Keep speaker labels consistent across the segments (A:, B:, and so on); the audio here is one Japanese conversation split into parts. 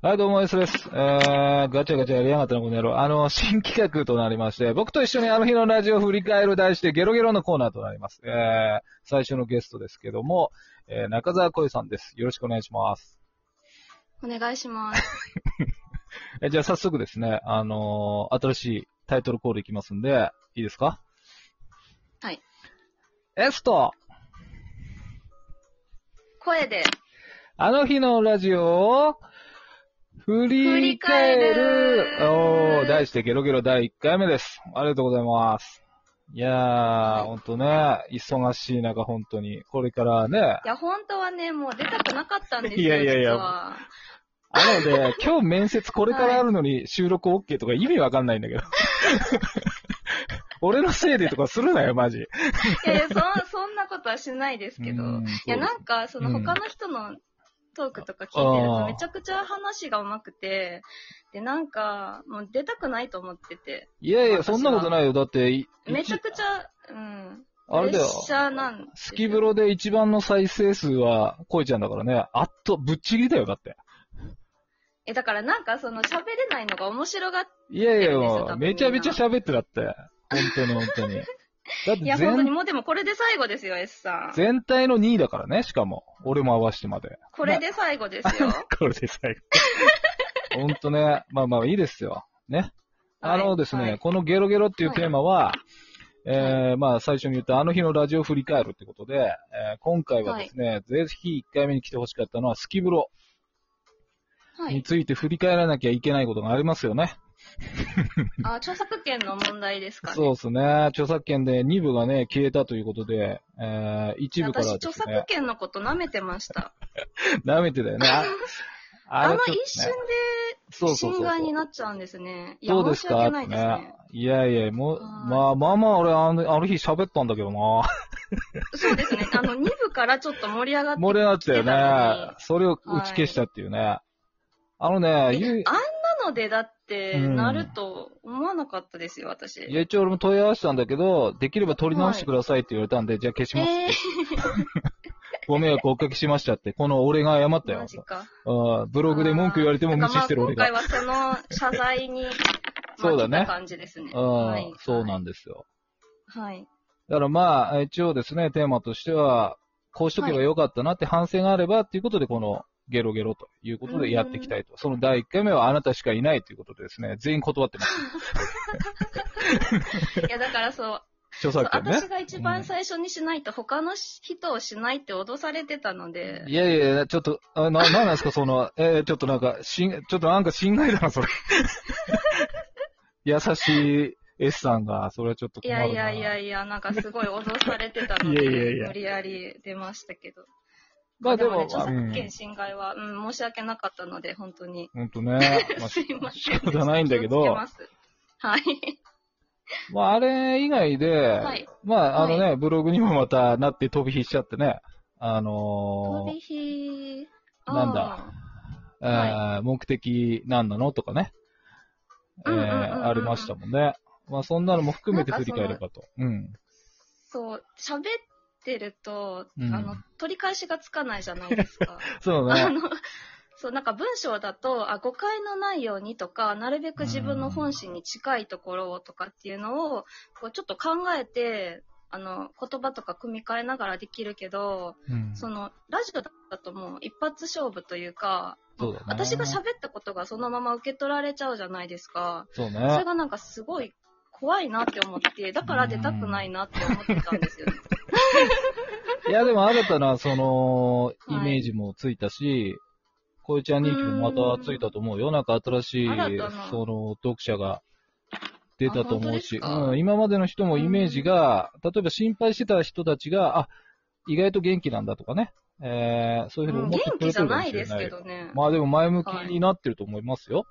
A: はい、どうも、エスです。えー、ガチャガチャやりやがったな、この野郎。あの、 新企画となりまして、僕と一緒にあの日のラジオを振り返る題して、ゲロゲロのコーナーとなります。えー、最初のゲストですけども、えー、中澤恋さんです。よろしくお願いします。
B: お願いします。
A: えじゃあ早速ですね、あのー新しいタイトルコールいきますんで、いいですか
B: はい。
A: エスと、
B: 声で。
A: あの日のラジオを、振り返る
B: 振り返る
A: おー、題してゲロゲロ第1回目です。ありがとうございます。いやー、ほんとね、忙しい中、本当に。これからね、
B: いや、本当はね、もう出たくなかったんですよ。
A: いやいやいや
B: 実は
A: なの で、今日面接これからあるのに収録 OK とか意味わかんないんだけど。俺のせいでとかするなよ、マジ。
B: いやいや、そ、そん なことはしないですけど。
A: うん
B: いや、なんか、その
A: うん
B: 他の人のトークとか聞いてる
A: あ
B: と、
A: ー
B: めちゃくちゃ話が上手くて、で、なんか、もう出たくないと思ってて。
A: いやいや、
B: 私は
A: そんなことないよ。だって、い
B: めちゃ
A: 一
B: くちゃ、うん。
A: あれだよ
B: プレッシャーなんですよ
A: スキブロで一番の再生数は、こいちゃんだからね。あっと、ぶっちぎりだよ、だって。
B: え、だからなんか、その喋れないのが面白がっ
A: いやいや、も
B: 多
A: う、
B: 分
A: めちゃめちゃ喋ってだって。本当に本当に。
B: い
A: だ
B: や、
A: って
B: 本当に
A: 全、
B: もうでもこれで最後ですよ、S さん。
A: 全体の2位だからね、しかも。俺も合わせてま で。
B: これで最後です よ。
A: これで最後。本当ね、まあまあいいですよ。ね。あのですね、
B: はいはい
A: このゲロゲロっていうテーマは、えー、まあ最初に言ったあの日のラジオを振り返るってことで、えー今回はですね、ぜひ1回目に来てほしかったのはスキブロ
B: はい
A: について振り返らなきゃいけないことがありますよね。
B: あ、著作権の問題ですかね。
A: そうですね。著作権で2部がね、消えたということで、えー、一部から
B: 私、
A: はで
B: 著
A: す
B: 作
A: ね、
B: 権のこと舐めてました。
A: 舐めてたよね。あ
B: あ
A: あれ
B: の
A: ちょっとね
B: 一瞬
A: そう
B: で
A: そうそう
B: 侵
A: そう
B: 害になっちゃうんですね。いや、
A: どう
B: 申
A: です
B: し
A: か
B: 訳ないですね。
A: いやいや、もう、
B: はい
A: まあまあまあ、俺あの、あの日喋ったんだけどな。
B: そうで すね。あの、2部からちょっと盛り上がって。
A: 盛り上がったよ
B: 来て
A: ね
B: たの。
A: それを打ち消したっていうね。あのね、ゆい
B: えあんなのでだって、
A: うん
B: なると思わなかったですよ、私。
A: いや、一応俺も問い合わせたんだけど、できれば取り直してくださいって言われたんで、じゃあ消します。
B: え
A: ご迷惑おかけしましたって。この俺が謝った
B: ー、
A: よ
B: マ。ジか。
A: うんブログで文句言われても無視してる俺が
B: だ。からまあ今回はその謝罪に、
A: そうだね
B: まあ来た感じですね。
A: うん、そうなんんですよ。
B: はい。
A: だからまあ、一応ですね、テーマとしては、こうしとけばよかったなって反省があればっていうことで、このゲロゲロということでやっていきたいと。その第1回目はあなたしかいないということでですね、全員断って ます。
B: いや、だからそう、
A: 著作権ね
B: 私。が一番最初にしないと他の人をしないって脅されてたので、
A: いやいやいや、ちょっと、あな、なんなんですか、その、えーちょっとなんか、しん、ちょっとなんか侵害だな、それ。 優しい S さんが、それはちょっと
B: い
A: 困る
B: や
A: な。
B: いやいやいや、なんかすごい脅されてたの
A: い
B: で、
A: やいやいや
B: 無理やり出ましたけど。
A: まあでも、
B: ね著作
A: うん
B: 権侵害は、うん、申し訳なかったので、本当に。。
A: ほんとねまあ
B: すいません。
A: 仕方ないんだけど
B: 気をつますはい。
A: まあ、あれ以外で、
B: はい。
A: まあ、あのね、ブログにもまたなって飛び火しちゃってね、あの
B: 飛
A: ー
B: び火。あー
A: なんだ。えー目的何なのとかね、えー
B: うんうんうんうん
A: ありましたもんね。まあ、そんなのも含めて振り返ればと。うん。
B: そう、喋ってると、
A: うん
B: あの、取り返しがつかないじゃないですか。
A: そうね。
B: あの、 そう、なんか文章だと、あ、誤解のないようにとか、なるべく自分の本心に近いところをとかっていうのを、こう、ちょっと考えて、あの、言葉とか組み替えながらできるけど、
A: うん
B: その、ラジオだともう一発勝負というか、
A: そうだね
B: 私が喋ったことがそのまま受け取られちゃうじゃないですか。
A: そう
B: それ
A: ね。
B: がなんかすごい怖いなって思って、だから出たくないなって思ってたんですよね。
A: いや、で も新たな、その、
B: は
A: イ
B: い
A: メージもついたし、こういちゃん人気もまたついたと思うよ。なんか新しい
B: 新たな、
A: その、読者が出たと思うし
B: あ本当です、か
A: うん、今までの人もイメージが、例えば心配してた人たちが、あ、意外と元気なんだとかね、えー、そういうふうに
B: うん
A: 思って
B: 元
A: く
B: 気
A: れ
B: じ
A: て
B: ゃ
A: るかも
B: ない
A: しれ
B: です
A: ない。
B: けどね。
A: まあでも前向きになってると思いますよ。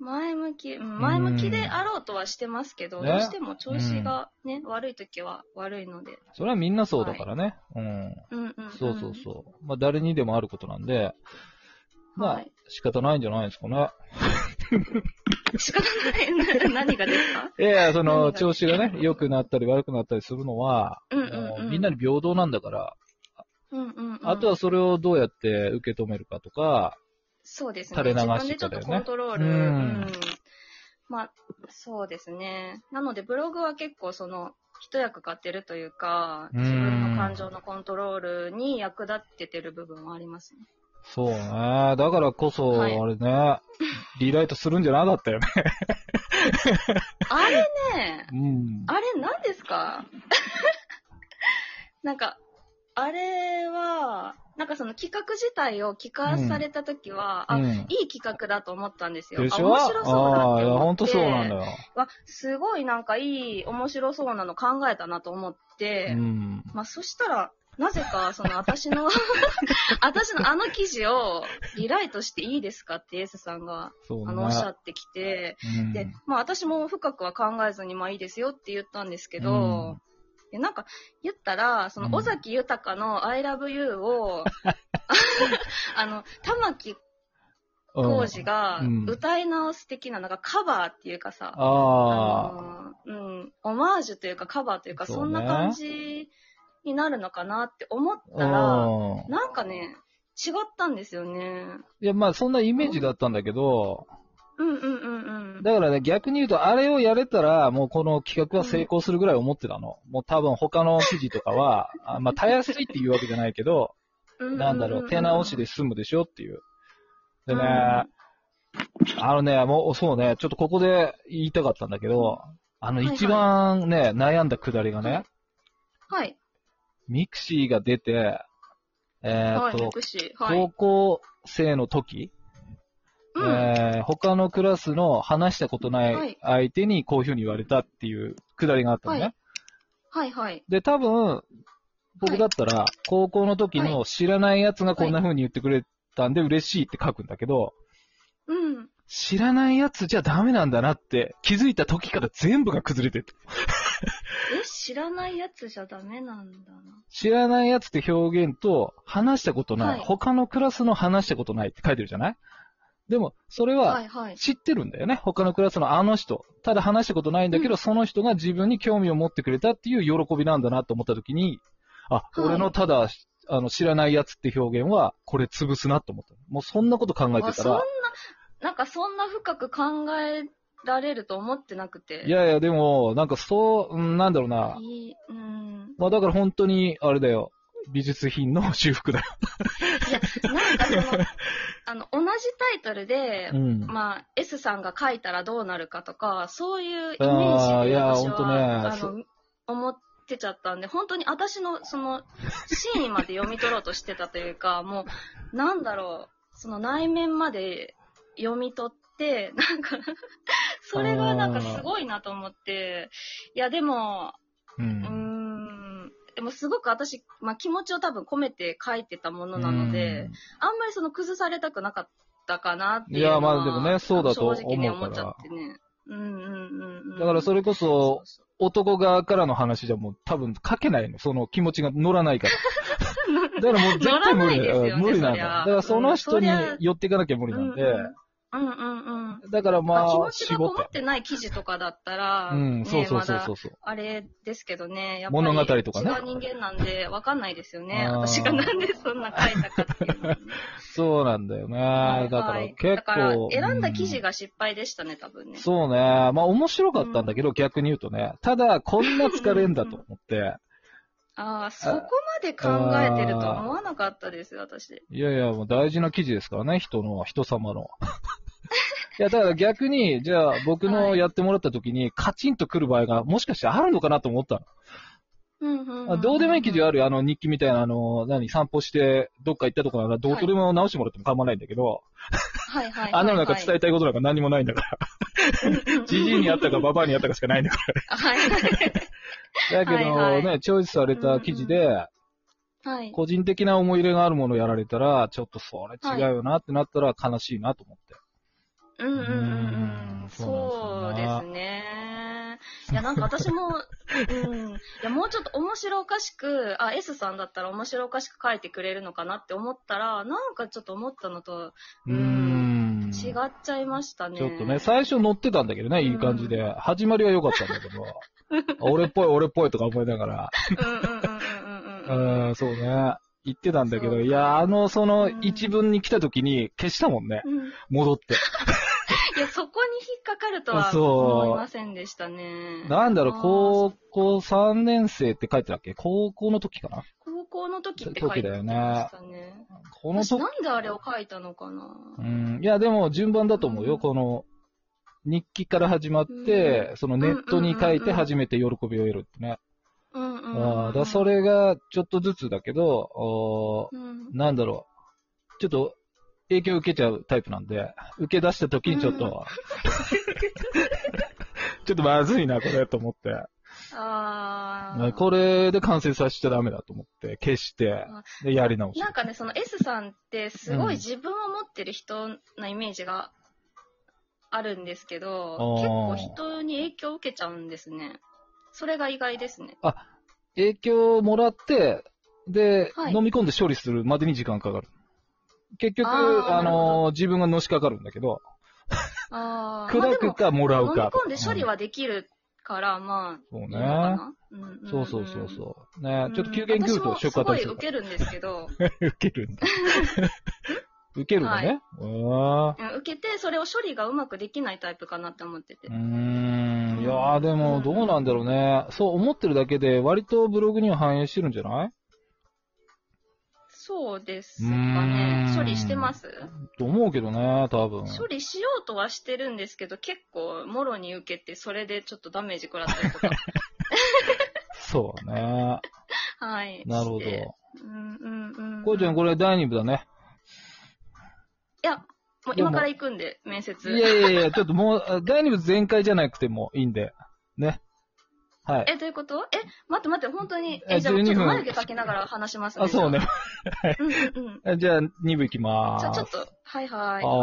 B: 前向き、うん前向きであろうとはしてますけど、
A: ね
B: どうしても調子がね、悪い時は悪いので。
A: それはみんなそうだからね。うん。
B: うんうん、うん。
A: そうそうそう。まあ誰にでもあることなんで、ま
B: は
A: あ
B: い、
A: 仕方ないんじゃないですかね。
B: 仕方ない。 な何がです か
A: いやいや、そ
B: 何
A: の、
B: が
A: 調子が ね、良くなったり悪くなったりするのは、
B: うんう
A: も
B: ん、
A: う
B: うん。
A: みんなに平等なんだから、
B: うんうんうん、
A: あとはそれをどうやって受け止めるかとか、
B: そうですね。
A: 垂れ流して
B: 自分でち
A: た
B: ょっ
A: だよ
B: と
A: ね
B: コントロール。
A: う
B: うんん。まあ、そうですね。なので、ブログは結構その、一役買ってるというか、
A: うん
B: 自分の感情のコントロールに役立っててる部分はありますね。
A: そうね。だからこそ、あ
B: はい
A: れね、 リライトするんじゃなかったよね。
B: あれね、
A: うん。
B: あれ何です かなんか、あれは、なんかその企画自体を聞かされた時は、
A: う
B: あ、
A: ん、
B: いい企画だと思ったんですよ。
A: でし
B: あ
A: ょ
B: 面白そうだ
A: あ
B: って思って。
A: あ、ほんとそうなんだよ。
B: わ、すごいなんかいい、面白そうなの考えたなと思っ
A: う
B: て、
A: ん。
B: まあそしたら、なぜか、その、私 の、私のあの記事を、リライトしていいですかって、エースさんが、
A: そうね。
B: あの、おっしゃってきて、
A: うん
B: で、まあ私も深くは考えずに、まあいいですよって言ったんですけど、でなんか、言ったら、そ
A: うん
B: の、尾崎豊の I love you を、あの、玉木
A: うん
B: 浩二が
A: うん
B: 歌い直す的な、なんかカバーっていうかさ、
A: ああ、
B: あのうん、オマージュというかカバーというか、
A: そうね
B: そんな感じになるのかなって思ったら、
A: うん。
B: なんかね、違ったんですよね。
A: いや、まあ、そんなイメージだったんだけど、
B: うんうんうんうん。
A: だからね、逆に言うと、あれをやれたら、もうこの企画は成功するぐらい思ってたの。もう多分他の記事とかは、 あまあ、たやすいっていうわけじゃないけど、
B: ううう
A: なんだろう、手直しで済むでしょっていう。でね、
B: うん
A: あのね、もう、そうね、ちょっとここで言いたかったんだけど、あの、
B: はいはい
A: 一番ね、悩んだくだりがね、
B: はい。
A: ミクシーが出て、えー
B: は
A: っ
B: い、
A: と、
B: 福祉。はい。
A: 高校生の時、
B: うん。
A: えー他のクラスの話したことな
B: はいい
A: 相手にこういうふうに言われたっていうくだりがあったのね。
B: はいはいはい。
A: で、多分、僕だったら、高校の時の知らない奴がこんな風に言ってくれたんで嬉しいって書くんだけど、
B: うん。
A: 知らない奴じゃダメなんだなって気づいた時から全部が崩れてた。
B: え、知らないやつじゃダメなんだな。
A: 知らない奴って表現と、話したことない,、
B: はい
A: 他のクラスの話したことないって書いてるじゃないでも、それは
B: はいはい。
A: 知ってるんだよね。他のクラスのあの人。ただ話したことないんだけど、その人が自分に興味を持ってくれたっていう喜びなんだなと思った時に、あ、
B: い
A: 俺のただ、あの、知らないやつって表現は、これ潰すなと思った。もうそんなこと考え
B: あ
A: てた
B: そんな
A: ら、、
B: なんかそんな深く考えられると思ってなくて。
A: いやいや、でも、なんかそう、うんなんだろうな。
B: いい。うん。
A: まあだから本当に、あれだよ。美術品の修復だよ。
B: なんか その、あの、同じタイトルで
A: う、ん。
B: まあ、S さんが書いたらどうなるかとか、そういうイメ
A: あ
B: ー
A: ー
B: ジ
A: い
B: で
A: や
B: 私
A: ほんとね
B: は、あ
A: そ
B: の、思ってちゃったんで、本当に私のその、シーンまで読み取ろうとしてたというか、 もう、なんだろう、その内面まで読み取って、なんか、 それがなんかすごいなと思って、いやでも、
A: う。
B: うんーん、でもすごく私、まあ気持ちを多分込めて書いてたものなので、あんまりその崩されたくなかったかなっていうのは。
A: いやまあでもねそうだと思うから
B: 正直ね、思っちゃってね。うんうんうんう。
A: うんん、だからそれこ
B: そ、
A: そう
B: そう
A: 男側からの話じゃもう多分書けないの。その気持ちが乗らない から。だからもう絶対無理だ
B: 乗らないですよ
A: よ。
B: ね
A: 無理なん
B: そり
A: だ。
B: ゃ
A: だからその人に
B: うんそりゃ
A: 寄っていかなきゃ無理なんで。
B: うんうんうん。
A: だからま
B: まあ、気
A: あ、
B: 持ち
A: 仕
B: がこも
A: 事
B: っ。てない記事とかだったら、
A: うん、そうそうそうそ
B: ねまだ
A: うそう。
B: あれですけどね、やっぱり
A: 物語とかね
B: 違う人間なんで、わかんないですよね。
A: あー
B: 私がなんでそんな書いたかっていうの はね、
A: そうなんだよね。
B: はい
A: だから
B: はい
A: 結
B: だから
A: 構。
B: 選んだ記事
A: が。
B: が失敗でしたね、多分ね。
A: そうね。まあ面白かったんだけど、逆に言うとね。ただ、こんな疲れんだと思って。
B: ああ、そこまで考えてるとは思わなかったです、私。
A: いやいや、もう大事な記事ですからね、人の、人様の。 いや、だから逆に、じゃあ僕のやってもらった時に、カチンと来る場合が、もしかしてあるのかなと思った
B: うんうんうん
A: の。あどうでもいい記事あるよあの日記みたいな、あの、何、散歩して、どっか行ったとこなら、どうとでも直してもらっても構わないんだけど、
B: はいはいはい、はい。
A: あんなのなんか伝えたいことなんか何もないんだ から、じじいにあったかババアにあったかしかないんだか
B: はい。
A: ら。だけど、
B: はいは
A: ね、チョイスされた記事で、
B: はい。
A: 個人的な思い入れがあるものをやられたら、ちょっとそれ違うよなってなったら悲しいなと思って。
B: うんうんうん
A: う
B: うんん。
A: そ
B: そうう
A: で
B: ですすね。いや、なんか私も、うん。いや、もうちょっと面白おかしく、あ、S さんだったら面白おかしく書いてくれるのかなって思ったら、なんかちょっと思ったのと
A: うん。
B: 違っちゃいましたね。
A: ちょっとね、最初乗ってたんだけどね、いい感じで。始まりは良かったんだけ ど。あ俺っぽい、俺っぽいとか思いながら。
B: うんうんうんうんうんうんうん。
A: うん、そうね。言ってたんだけ
B: そ
A: ど、
B: う
A: いや、あの、その
B: うん
A: 一文に来た時に消したもんね。
B: うん。
A: 戻って。
B: いや、そこに引っかかると
A: あ
B: は
A: そう
B: 思いませんでしたね。
A: なんだろう
B: あ、ー
A: 高校3年生って書いてたっけ高校の時かな
B: 高校の時って書いてましたね。
A: この
B: 私
A: 時、
B: なんであれを書いたのかな、
A: うん。いや、でも順番だと思うよ。
B: うん
A: この、日記から始まって、そのネットに書い
B: うんうんうんう
A: て
B: ん
A: 初めて喜びを得るってね。
B: うんうんうん
A: あーだそ。れが、ちょっとずつだけど、おー
B: うん。
A: なんだろう。ちょっと、影響受けちゃうタイプなんで、受け出した時にちょっと、
B: うん
A: ちょっとまずいな、これ、と思って。
B: あ
A: まあ
B: あ。
A: これで完成させちゃダメだと思って、消して、で、やり直し。
B: なんかね、その S さんってすご
A: うん
B: い自分を持ってる人なイメージがあるんですけど、
A: あー
B: 結構人に影響を受けちゃうんですね。それが意外ですね。
A: 影響をもらって、で、
B: はい
A: 飲み込んで処理するまでに時間かかる。結局、
B: あー
A: あのー自分がのしかかるんだけど、
B: ああ。まあ
A: 砕
B: で
A: く
B: も、
A: かもら
B: 飲
A: う
B: み
A: か。
B: 込んで処理はできるから、まあ、
A: うん、そ
B: いいうの
A: ね。
B: かな。うんうんん
A: そうそうそうそう。ね、ちょっと休憩に食うと
B: 私も
A: 食
B: す
A: 当た
B: ご
A: り
B: い
A: する
B: 受
A: から。
B: けるんですけど、
A: 受ける んだ。受けるのね。うわー
B: うん受けて、それを処理がうまくできないタイプかなって思ってて
A: う。ーん。いやーでも、どうなんだろうね。そう思ってるだけで、割とブログには反映してるんじゃない
B: そうですかね
A: う。ーん
B: 処理してます
A: と思うけどね、多分。
B: 処理しようとはしてるんですけど、結構、もろに受けて、それでちょっとダメージ食らった りとか。
A: そうね。
B: はい。
A: なるほど
B: し。てうんうんうん。
A: こうちゃん、これ第2部だね。
B: いや、もう今から行くんで、面
A: い
B: 接。
A: やいやいや、ちょっともう、あ第2部全開じゃなくてもいいんで。ね。はい。
B: え、どういうことえ、待って待って、本当に。
A: え
B: え、じゃあ、ちょっ
A: 12
B: と
A: 分
B: 眉毛描きながら話しますね。
A: あ、そうね。
B: じゃあ。うんうんうん。
A: じゃあ、2部行きまー
B: じゃあ、
A: す。
B: ちょっと、はいはい。
A: あー